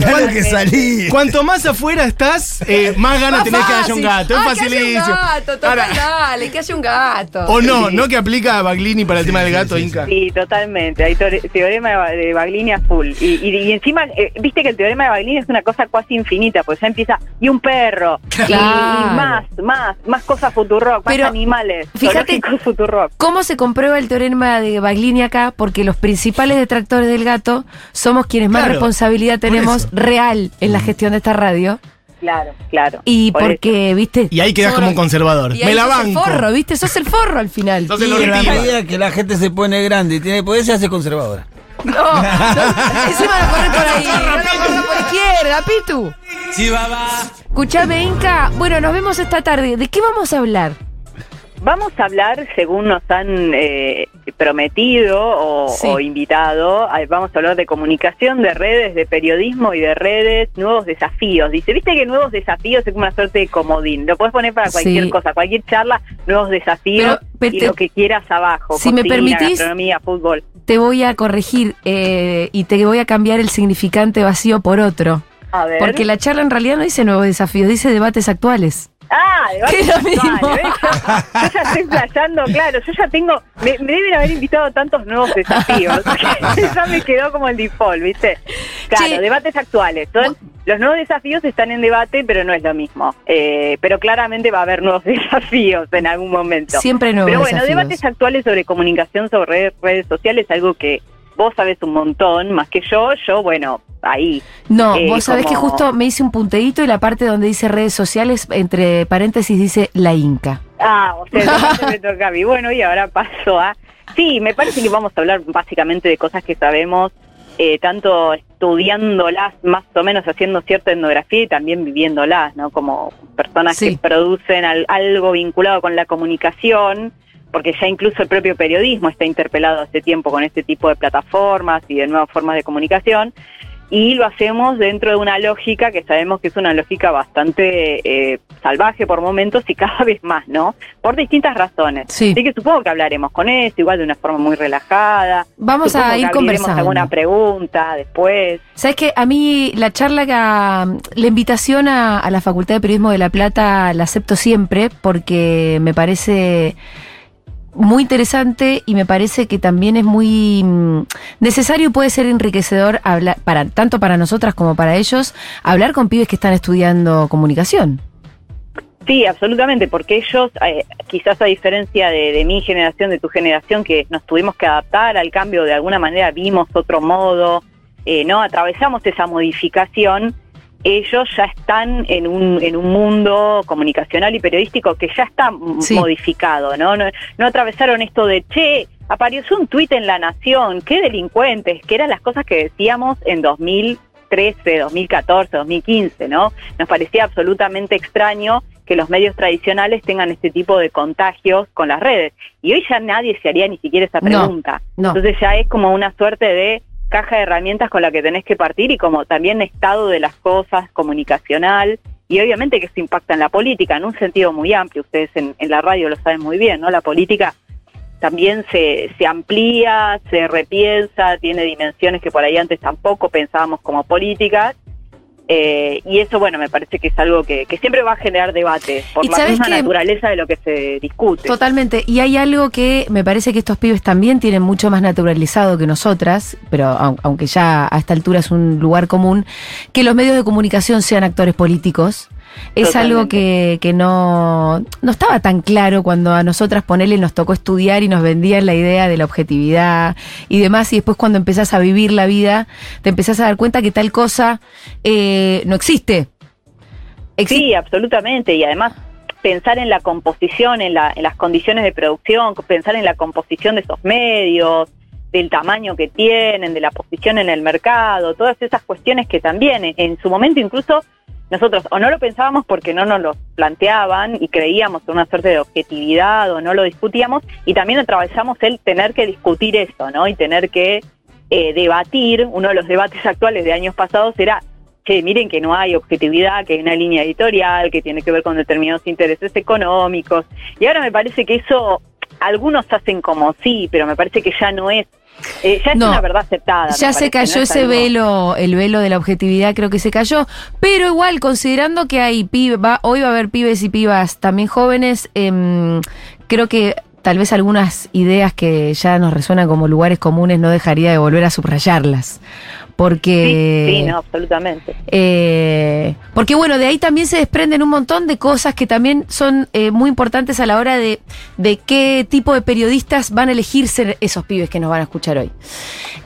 [SPEAKER 3] claro que salí.
[SPEAKER 4] Cuanto más afuera estás, eh, más ganas
[SPEAKER 2] Más
[SPEAKER 4] tenés que haya
[SPEAKER 2] fácil.
[SPEAKER 4] un gato. Es
[SPEAKER 2] Ah,
[SPEAKER 4] facilísimo.
[SPEAKER 2] Que haya un gato, total,
[SPEAKER 4] Ahora,
[SPEAKER 2] dale, que haya un gato.
[SPEAKER 4] o no, no que aplica a Baglini para el tema del gato, Inca.
[SPEAKER 9] Sí, totalmente. Hay tore- teorema de Ba- de Baglini a full. Y, y- y encima, eh, viste que el teorema de Baglini es una cosa casi infinita, pues ya empieza. Y un perro. y- Y,
[SPEAKER 2] Claro.
[SPEAKER 9] más, más, más cosas futurrock, más
[SPEAKER 2] Pero,
[SPEAKER 9] animales.
[SPEAKER 2] fíjate-
[SPEAKER 9] zoológicos futurrock.
[SPEAKER 2] ¿Cómo se comprueba el teorema de Baglini acá? Porque los principales detractores del gato somos quienes más
[SPEAKER 4] Claro,
[SPEAKER 2] responsabilidad tenemos
[SPEAKER 4] eso.
[SPEAKER 2] real en la gestión de esta radio.
[SPEAKER 9] Claro, claro.
[SPEAKER 2] Y
[SPEAKER 9] Por eso.
[SPEAKER 2] porque, viste.
[SPEAKER 4] Y ahí quedás
[SPEAKER 2] somos-
[SPEAKER 4] como un conservador.
[SPEAKER 2] y ahí
[SPEAKER 4] Me la
[SPEAKER 2] sos el
[SPEAKER 4] banco.
[SPEAKER 2] forro, viste, sos el forro al final.
[SPEAKER 4] Sos
[SPEAKER 3] Y
[SPEAKER 4] el
[SPEAKER 3] en la
[SPEAKER 4] ortiva.
[SPEAKER 3] medida que la gente se pone grande y tiene poder, se hace conservadora.
[SPEAKER 2] No, no, encima la correr
[SPEAKER 4] *laughs*
[SPEAKER 2] por ahí. la correr por izquierda, Pitu.
[SPEAKER 5] Sí, baba.
[SPEAKER 2] Escuchame, Inca. Bueno, nos vemos esta tarde. ¿De qué vamos a hablar?
[SPEAKER 9] Vamos a hablar, según nos han eh, prometido o,
[SPEAKER 2] Sí.
[SPEAKER 9] o invitado, a- vamos a hablar de comunicación, de redes, de periodismo y de redes, nuevos desafíos. Dice, viste que nuevos desafíos es como una suerte de comodín, lo puedes poner para cualquier
[SPEAKER 2] Sí.
[SPEAKER 9] cosa, cualquier charla, nuevos desafíos
[SPEAKER 2] Pero, pero
[SPEAKER 9] y
[SPEAKER 2] te-
[SPEAKER 9] lo que quieras abajo.
[SPEAKER 2] Si me
[SPEAKER 9] cocina,
[SPEAKER 2] permitís-
[SPEAKER 9] gastronomía, fútbol.
[SPEAKER 2] Te voy a corregir eh, y te voy a cambiar el significante vacío por otro.
[SPEAKER 9] A ver.
[SPEAKER 2] Porque la charla en realidad no dice nuevos desafíos, dice debates actuales.
[SPEAKER 9] Ah,
[SPEAKER 2] *laughs* Que
[SPEAKER 9] debates
[SPEAKER 2] es lo mismo.
[SPEAKER 9] sexuales,
[SPEAKER 2] *laughs*
[SPEAKER 9] ¿ves? Yo ya estoy flasheando, claro, yo ya tengo, me, me deben haber invitado a tantos nuevos desafíos, *laughs* ya me quedó como el default, ¿viste? Claro,
[SPEAKER 2] Che.
[SPEAKER 9] debates actuales, Son- los nuevos desafíos están en debate, pero no es lo mismo, Eh, pero claramente va a haber nuevos *laughs* desafíos en algún momento.
[SPEAKER 2] Siempre nuevos
[SPEAKER 9] Pero bueno,
[SPEAKER 2] desafíos.
[SPEAKER 9] debates actuales sobre comunicación, sobre redes, redes sociales, algo que vos sabés un montón, más que yo, yo, bueno, ahí.
[SPEAKER 2] No,
[SPEAKER 9] Eh,
[SPEAKER 2] vos sabés
[SPEAKER 9] como-
[SPEAKER 2] que justo me hice un punteíto y la parte donde dice redes sociales, entre paréntesis, dice la Inca.
[SPEAKER 9] Ah, o sea, entonces me toca a mí. Bueno, y ahora paso a... Sí, me parece que vamos a hablar básicamente de cosas que sabemos, eh, tanto estudiándolas, más o menos haciendo cierta etnografía y también viviéndolas, ¿no? Como personas
[SPEAKER 2] Sí.
[SPEAKER 9] que producen al- algo vinculado con la comunicación, porque ya incluso el propio periodismo está interpelado hace tiempo con este tipo de plataformas y de nuevas formas de comunicación y lo hacemos dentro de una lógica que sabemos que es una lógica bastante eh, salvaje por momentos y cada *laughs* vez más, ¿no? Por distintas razones.
[SPEAKER 2] Sí.
[SPEAKER 9] Así que supongo que hablaremos con esto, igual de una forma muy relajada.
[SPEAKER 2] Vamos
[SPEAKER 9] Supongo
[SPEAKER 2] a
[SPEAKER 9] que
[SPEAKER 2] ir
[SPEAKER 9] abriremos
[SPEAKER 2] conversando.
[SPEAKER 9] alguna pregunta después.
[SPEAKER 2] ¿Sabes que A mí la charla, que, ah, la invitación a, a la Facultad de Periodismo de La Plata la acepto siempre porque me parece muy interesante y me parece que también es muy mm, necesario y puede ser enriquecedor hablar, para, tanto para nosotras como para ellos, hablar con pibes que están estudiando comunicación.
[SPEAKER 9] Sí, absolutamente, porque ellos, eh, quizás a diferencia de, de mi generación, de tu generación, que nos tuvimos que adaptar al cambio, de alguna manera vimos otro modo, eh, no atravesamos esa modificación, ellos ya están en un, en un mundo comunicacional y periodístico que ya está m-
[SPEAKER 2] Sí.
[SPEAKER 9] modificado, ¿no? ¿no? No atravesaron esto de, che, apareció un tuit en La Nación, qué delincuentes, que eran las cosas que decíamos en 2013, 2014, 2015, ¿no? Nos parecía absolutamente extraño que los medios tradicionales tengan este tipo de contagios con las redes. Y hoy ya nadie se haría ni siquiera esa
[SPEAKER 2] No.
[SPEAKER 9] pregunta.
[SPEAKER 2] No.
[SPEAKER 9] Entonces ya es como una suerte de caja de herramientas con la que tenés que partir y como también estado de las cosas comunicacional y obviamente que eso impacta en la política en un sentido muy amplio. Ustedes en, en la radio lo saben muy bien, ¿no? La política también se, se amplía, se repiensa, tiene dimensiones que por ahí antes tampoco pensábamos como políticas. Eh, y eso, bueno, me parece que es algo que, que siempre va a generar debate por
[SPEAKER 2] Y
[SPEAKER 9] la
[SPEAKER 2] sabes
[SPEAKER 9] misma
[SPEAKER 2] que-
[SPEAKER 9] naturaleza de lo que se discute.
[SPEAKER 2] Totalmente. Y hay algo que me parece que estos pibes también tienen mucho más naturalizado que nosotras, pero au- aunque ya a esta altura es un lugar común, que los medios de comunicación sean actores políticos. Es
[SPEAKER 9] Totalmente.
[SPEAKER 2] algo que, que no, no estaba tan claro cuando a nosotras ponele nos tocó estudiar y nos vendían la idea de la objetividad y demás. Y después cuando empezás a vivir la vida, te empezás a dar cuenta que tal cosa eh, no existe. Exi-
[SPEAKER 9] Sí, absolutamente. Y además pensar en la composición, en, la- en las condiciones de producción, pensar en la composición de esos medios, del tamaño que tienen, de la posición en el mercado, todas esas cuestiones que también en, en su momento incluso nosotros o no lo pensábamos porque no nos lo planteaban y creíamos en una suerte de objetividad o no lo discutíamos y también atravesamos el tener que discutir eso, ¿no? Y tener que eh, debatir, uno de los debates actuales de años pasados era que miren que no hay objetividad, que hay una línea editorial, que tiene que ver con determinados intereses económicos. Y ahora me parece que eso, algunos hacen como sí, pero me parece que ya no es, eh, ya es
[SPEAKER 2] No.
[SPEAKER 9] una verdad aceptada. me
[SPEAKER 2] Ya se
[SPEAKER 9] parece,
[SPEAKER 2] cayó
[SPEAKER 9] ¿no? Es
[SPEAKER 2] ese
[SPEAKER 9] algo-
[SPEAKER 2] velo, el velo de la objetividad creo que se cayó, pero igual considerando que hay pibe- va- hoy va a haber pibes y pibas también jóvenes, em, creo que tal vez algunas ideas que ya nos resuenan como lugares comunes no dejaría de volver a subrayarlas, porque
[SPEAKER 9] Sí, sí, no, absolutamente.
[SPEAKER 2] eh, porque bueno, de ahí también se desprenden un montón de cosas que también son eh, muy importantes a la hora de, de qué tipo de periodistas van a elegirse esos pibes que nos van a escuchar hoy.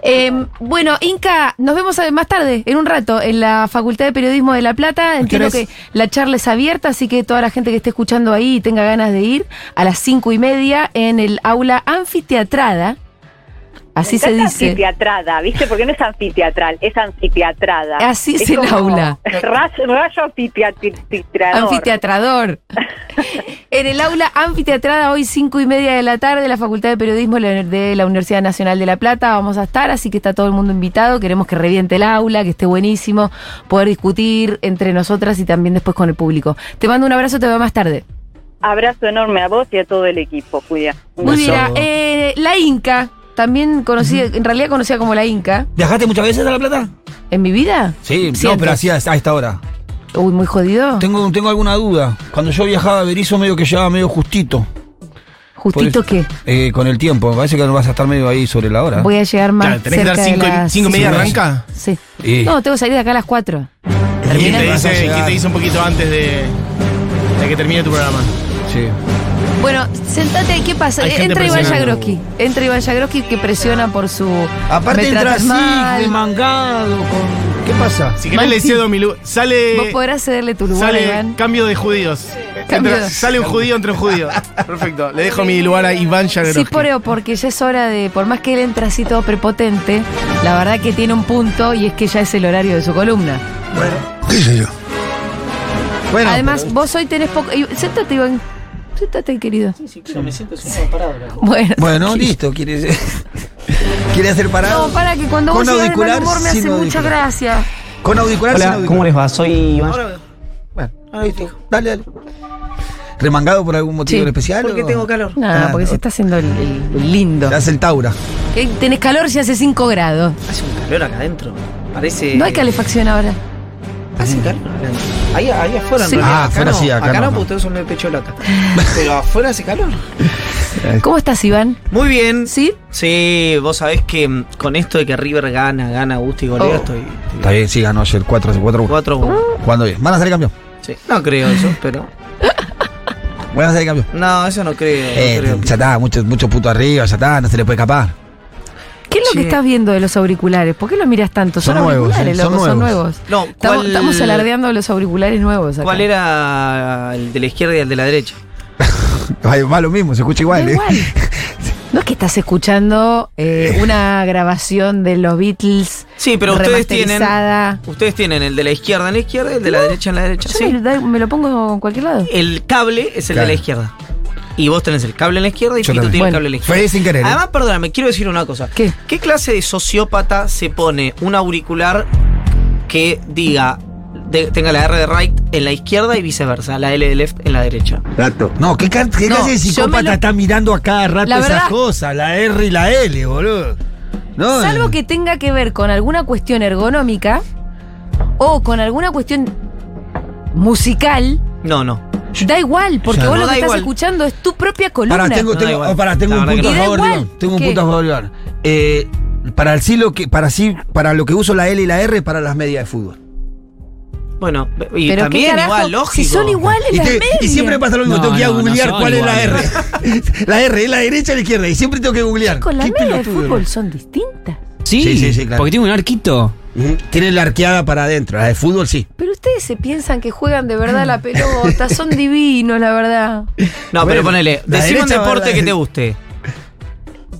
[SPEAKER 2] Eh, bueno, Inca, nos vemos eh, más tarde, en un rato, en la Facultad de Periodismo de La Plata. Entiendo que
[SPEAKER 3] horas?
[SPEAKER 2] la charla es abierta, así que toda la gente que esté escuchando ahí y tenga ganas de ir, a las cinco y media en el aula anfiteatrada. Así se
[SPEAKER 9] encanta
[SPEAKER 2] dice.
[SPEAKER 9] Anfiteatrada, ¿viste? Porque no es anfiteatral, es anfiteatrada.
[SPEAKER 2] Así es el
[SPEAKER 9] como
[SPEAKER 2] aula.
[SPEAKER 9] Rayo, rayo anfiteatrador.
[SPEAKER 2] Anfiteatrador. en el aula anfiteatrada hoy cinco y media de la tarde, la Facultad de Periodismo de la Universidad Nacional de La Plata. Vamos a estar, así que está todo el mundo invitado. Queremos que reviente el aula, que esté buenísimo, poder discutir entre nosotras y también después con el público. Te mando un abrazo, te veo más tarde.
[SPEAKER 9] Abrazo enorme a vos y a todo el equipo, Julia.
[SPEAKER 2] Muy bien, eh, la Inca, también conocida, en realidad conocida como la Inca.
[SPEAKER 3] ¿Viajaste muchas veces a La Plata?
[SPEAKER 2] ¿En mi vida?
[SPEAKER 3] Sí, no,
[SPEAKER 2] Cientos.
[SPEAKER 3] pero así a, a esta hora.
[SPEAKER 2] Uy, muy jodido.
[SPEAKER 3] Tengo, tengo alguna duda. Cuando yo viajaba a Berizo medio que llevaba medio justito.
[SPEAKER 2] ¿Justito
[SPEAKER 3] Por
[SPEAKER 2] qué?
[SPEAKER 3] Eh, con el tiempo, me parece que no vas a estar medio ahí sobre la hora.
[SPEAKER 2] Voy a llegar más
[SPEAKER 4] Claro, tenés que
[SPEAKER 2] cerca
[SPEAKER 4] dar cinco,
[SPEAKER 2] de
[SPEAKER 4] y-
[SPEAKER 2] las-
[SPEAKER 4] cinco y media
[SPEAKER 3] Ah. Sí,
[SPEAKER 4] arranca.
[SPEAKER 2] Sí.
[SPEAKER 3] Y-
[SPEAKER 2] No, tengo que salir de acá a las 4.
[SPEAKER 4] ¿Quién te,
[SPEAKER 3] Bien, vas a
[SPEAKER 4] dice,
[SPEAKER 3] llegar.
[SPEAKER 4] quién te dice un poquito antes de, de que termine tu programa?
[SPEAKER 3] Sí.
[SPEAKER 2] Bueno, sentate, ¿qué pasa? Eh,
[SPEAKER 4] Hay gente
[SPEAKER 2] Entra Iván
[SPEAKER 4] presionando.
[SPEAKER 2] Yagroski. Entra Iván Yagroski que presiona por su.
[SPEAKER 3] Aparte
[SPEAKER 2] me
[SPEAKER 3] entra
[SPEAKER 2] tratas
[SPEAKER 3] así,
[SPEAKER 2] mal.
[SPEAKER 3] de mangado, con... ¿Qué pasa?
[SPEAKER 4] Si querés le
[SPEAKER 2] Maxi.
[SPEAKER 4] cedo mi lugar.
[SPEAKER 2] Vos
[SPEAKER 4] Sale,
[SPEAKER 2] podrás cederle tu lugar, a
[SPEAKER 4] sale
[SPEAKER 2] Iván.
[SPEAKER 4] cambio de judíos.
[SPEAKER 2] Cambio.
[SPEAKER 4] Entra- sale un judío entre un judío. Perfecto. Le dejo mi lugar a Iván Yagroski.
[SPEAKER 2] Sí, poreo, porque ya es hora de. Por más que él entra así todo prepotente, la verdad que tiene un punto y es que ya es el horario de su columna.
[SPEAKER 13] ¿Qué sé yo?
[SPEAKER 3] Bueno,
[SPEAKER 2] Además, vos hoy tenés poco. y- Séntate, Iván. Séntate, querido. Bueno.
[SPEAKER 3] Bueno, listo, quiere, *laughs* quiere hacer parado.
[SPEAKER 2] No, para que cuando vos
[SPEAKER 3] Con
[SPEAKER 2] llegas de mal
[SPEAKER 3] auricular,
[SPEAKER 2] humor me
[SPEAKER 3] sin
[SPEAKER 2] hace mucha
[SPEAKER 3] auricular.
[SPEAKER 2] gracia.
[SPEAKER 3] Con auricular, sin
[SPEAKER 10] Hola,
[SPEAKER 3] auricular.
[SPEAKER 10] ¿cómo les va? Soy Iván.
[SPEAKER 3] Bueno, ahora listo. Dale, dale. ¿Remangado por algún motivo
[SPEAKER 2] Sí.
[SPEAKER 3] en especial?
[SPEAKER 2] Porque
[SPEAKER 3] o-
[SPEAKER 2] tengo calor. Nada, porque se está haciendo el- el- el lindo.
[SPEAKER 3] Te hace el Taura.
[SPEAKER 2] Que Tenés calor si hace 5 grados.
[SPEAKER 10] Hace un calor acá adentro. Parece.
[SPEAKER 2] No hay calefacción ahora.
[SPEAKER 10] Hace calor acá adentro. Ahí, ahí afuera,
[SPEAKER 2] Sí.
[SPEAKER 10] en realidad.
[SPEAKER 3] Ah, afuera
[SPEAKER 10] no,
[SPEAKER 3] sí, acá no.
[SPEAKER 10] no, porque ustedes son de pecho loca. Pero afuera hace calor.
[SPEAKER 2] ¿Cómo estás, Iván?
[SPEAKER 10] Muy bien.
[SPEAKER 2] ¿Sí?
[SPEAKER 10] Sí, vos sabés que mm, con esto de que River gana, gana gusto y golea,
[SPEAKER 2] Oh.
[SPEAKER 10] estoy.
[SPEAKER 3] Está bien, sí, ganó ayer 4 4
[SPEAKER 10] 4-1.
[SPEAKER 3] ¿Cuándo bien? Van a salir campeón.
[SPEAKER 10] Sí. No creo eso, pero.
[SPEAKER 3] *laughs* Van a salir campeón.
[SPEAKER 10] No, eso no creo. no
[SPEAKER 3] Eh,
[SPEAKER 10] creo.
[SPEAKER 3] ya está, muchos mucho putos arriba, ya está, no se le puede escapar. *laughs*
[SPEAKER 2] ¿Qué es lo que
[SPEAKER 10] Che.
[SPEAKER 2] estás viendo de los auriculares? ¿Por qué los miras tanto? Son,
[SPEAKER 3] Son nuevos,
[SPEAKER 2] auriculares,
[SPEAKER 3] eh, son
[SPEAKER 2] loco, son
[SPEAKER 3] nuevos.
[SPEAKER 2] nuevos.
[SPEAKER 10] No,
[SPEAKER 2] Estamos,
[SPEAKER 10] ¿cuál-
[SPEAKER 2] estamos alardeando de los auriculares nuevos acá.
[SPEAKER 10] ¿Cuál era el de la izquierda y el de la derecha?
[SPEAKER 3] Ay, Va lo mismo, se escucha
[SPEAKER 2] Da
[SPEAKER 3] igual. ¿eh? *laughs*
[SPEAKER 2] igual. No es que estás escuchando eh, una grabación de los Beatles
[SPEAKER 10] Sí, pero ustedes tienen.
[SPEAKER 2] remasterizada.
[SPEAKER 10] Ustedes tienen el de la izquierda en la izquierda y el de la derecha en la derecha.
[SPEAKER 2] Yo
[SPEAKER 10] Sí.
[SPEAKER 2] me, da- me lo pongo en cualquier lado.
[SPEAKER 10] El cable es el
[SPEAKER 3] Claro.
[SPEAKER 10] de la izquierda. Y vos tenés el cable en la izquierda y
[SPEAKER 3] Yo
[SPEAKER 10] Pito
[SPEAKER 3] también.
[SPEAKER 10] tiene el
[SPEAKER 2] Bueno,
[SPEAKER 10] cable en la izquierda.
[SPEAKER 3] Fue sin querer. ¿eh?
[SPEAKER 10] Además, perdóname, quiero decir una cosa.
[SPEAKER 2] ¿Qué?
[SPEAKER 10] clase de sociópata se pone un auricular que diga, de- tenga la R de right en la izquierda y viceversa, la L de left en la derecha?
[SPEAKER 3] No, ¿qué, ca- qué
[SPEAKER 2] No,
[SPEAKER 3] clase de
[SPEAKER 2] yo
[SPEAKER 3] psicópata
[SPEAKER 2] me lo-
[SPEAKER 3] está mirando a cada rato
[SPEAKER 2] La
[SPEAKER 3] esas
[SPEAKER 2] verdad-
[SPEAKER 3] cosas? La R y la L, boludo. No,
[SPEAKER 2] Salvo que tenga que ver con alguna cuestión ergonómica o con alguna cuestión musical,
[SPEAKER 10] No, no.
[SPEAKER 2] da igual, porque
[SPEAKER 3] Ya,
[SPEAKER 2] vos lo
[SPEAKER 10] no
[SPEAKER 2] que
[SPEAKER 10] da
[SPEAKER 2] estás
[SPEAKER 10] igual.
[SPEAKER 2] escuchando es tu propia columna.
[SPEAKER 3] Pará, tengo,
[SPEAKER 10] No,
[SPEAKER 3] tengo,
[SPEAKER 10] da igual.
[SPEAKER 3] oh, pará, tengo
[SPEAKER 10] La
[SPEAKER 3] un
[SPEAKER 10] verdad
[SPEAKER 3] punto
[SPEAKER 10] que
[SPEAKER 3] a
[SPEAKER 2] no.
[SPEAKER 3] favor,
[SPEAKER 2] Da igual.
[SPEAKER 3] Iván. Tengo un
[SPEAKER 2] ¿Qué?
[SPEAKER 3] punto a favor, Iván. Eh, para el sí lo que, para sí, para lo que uso la L y la R para las medias de fútbol.
[SPEAKER 10] Bueno, y
[SPEAKER 2] Pero qué
[SPEAKER 10] también
[SPEAKER 2] carajo,
[SPEAKER 10] igual, lógico.
[SPEAKER 2] Si son iguales
[SPEAKER 3] Y,
[SPEAKER 2] las
[SPEAKER 3] te-
[SPEAKER 2] medias.
[SPEAKER 3] y siempre pasa lo mismo,
[SPEAKER 5] No,
[SPEAKER 3] tengo que ir a
[SPEAKER 5] no, no
[SPEAKER 3] googlear
[SPEAKER 5] son
[SPEAKER 3] cuál
[SPEAKER 5] iguales.
[SPEAKER 3] es la R. *laughs* la R es la derecha o la izquierda. Y siempre tengo que googlear.
[SPEAKER 2] Con las
[SPEAKER 3] Qué
[SPEAKER 2] medias de
[SPEAKER 3] pelotudo,
[SPEAKER 2] fútbol son distintas.
[SPEAKER 5] Sí,
[SPEAKER 3] Sí, sí, sí, claro.
[SPEAKER 5] porque tiene un arquito.
[SPEAKER 3] Ujú. Tiene la arqueada para adentro. La de fútbol sí.
[SPEAKER 2] Pero ustedes se piensan que juegan de verdad la pelota,
[SPEAKER 3] *laughs*
[SPEAKER 2] son divinos, la verdad.
[SPEAKER 10] No, pero
[SPEAKER 3] Bueno,
[SPEAKER 10] ponele,
[SPEAKER 3] la
[SPEAKER 10] decime un
[SPEAKER 3] derecha va a la
[SPEAKER 10] deporte que te
[SPEAKER 3] derecha.
[SPEAKER 10] guste,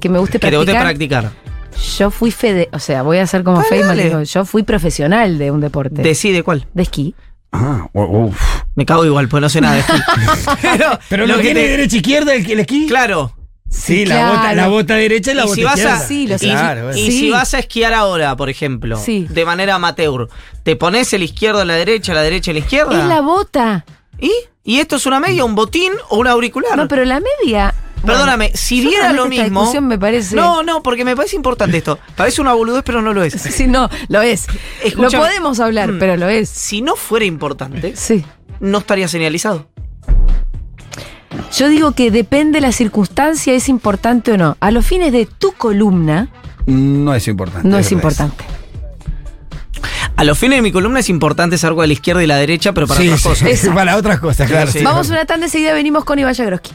[SPEAKER 2] Que me guste
[SPEAKER 10] que te guste
[SPEAKER 2] practicar.
[SPEAKER 10] practicar.
[SPEAKER 2] Yo fui fede, o sea, voy a hacer como
[SPEAKER 10] Ah,
[SPEAKER 2] Feynman,
[SPEAKER 10] dale.
[SPEAKER 2] digo, yo fui profesional de un deporte. De,
[SPEAKER 10] Decide cuál.
[SPEAKER 2] esquí.
[SPEAKER 3] Ah, uff.
[SPEAKER 10] Me cago igual, pues no sé nada de esto.
[SPEAKER 3] *laughs*
[SPEAKER 10] pero,
[SPEAKER 3] Pero lo, tiene
[SPEAKER 10] te-
[SPEAKER 3] derecha izquierda el, el esquí.
[SPEAKER 10] Claro.
[SPEAKER 3] Sí, la,
[SPEAKER 2] claro.
[SPEAKER 3] bota, la bota derecha y la
[SPEAKER 10] Y
[SPEAKER 3] bota
[SPEAKER 10] si vas
[SPEAKER 3] izquierda.
[SPEAKER 10] a-
[SPEAKER 2] Sí, lo sé.
[SPEAKER 3] Claro, bueno.
[SPEAKER 10] Y
[SPEAKER 2] Sí.
[SPEAKER 10] si vas a esquiar ahora, por ejemplo,
[SPEAKER 2] Sí.
[SPEAKER 10] de manera amateur, ¿te pones el izquierdo a la derecha, la derecha a la izquierda?
[SPEAKER 2] Es la bota.
[SPEAKER 10] ¿Y? ¿Y esto es una media, un botín o un auricular?
[SPEAKER 2] No, pero la media.
[SPEAKER 10] Perdóname, si
[SPEAKER 2] yo
[SPEAKER 10] diera
[SPEAKER 2] realmente
[SPEAKER 10] lo
[SPEAKER 2] esta
[SPEAKER 10] mismo.
[SPEAKER 2] discusión me parece-
[SPEAKER 10] No, no, porque me parece importante esto. Parece una boludez, pero no lo
[SPEAKER 2] *laughs*
[SPEAKER 10] es.
[SPEAKER 2] Sí, no, lo es.
[SPEAKER 10] Escúchame.
[SPEAKER 2] Lo podemos hablar,
[SPEAKER 10] Mm.
[SPEAKER 2] pero lo es.
[SPEAKER 10] Si no fuera importante,
[SPEAKER 2] Sí.
[SPEAKER 10] no estaría señalizado.
[SPEAKER 2] Yo digo que depende la circunstancia, es importante o no. A los fines de tu columna,
[SPEAKER 3] No es importante.
[SPEAKER 2] no es
[SPEAKER 3] verdad eso.
[SPEAKER 2] importante.
[SPEAKER 10] A los fines de mi columna es importante saber cuál es la izquierda y la derecha, pero para
[SPEAKER 3] Sí,
[SPEAKER 10] otras
[SPEAKER 3] sí,
[SPEAKER 10] cosas.
[SPEAKER 3] sí,
[SPEAKER 2] Exacto.
[SPEAKER 3] para otras cosas, claro.
[SPEAKER 10] Sí,
[SPEAKER 3] sí.
[SPEAKER 2] Vamos a una tanda, enseguida venimos con Iván Yagroski.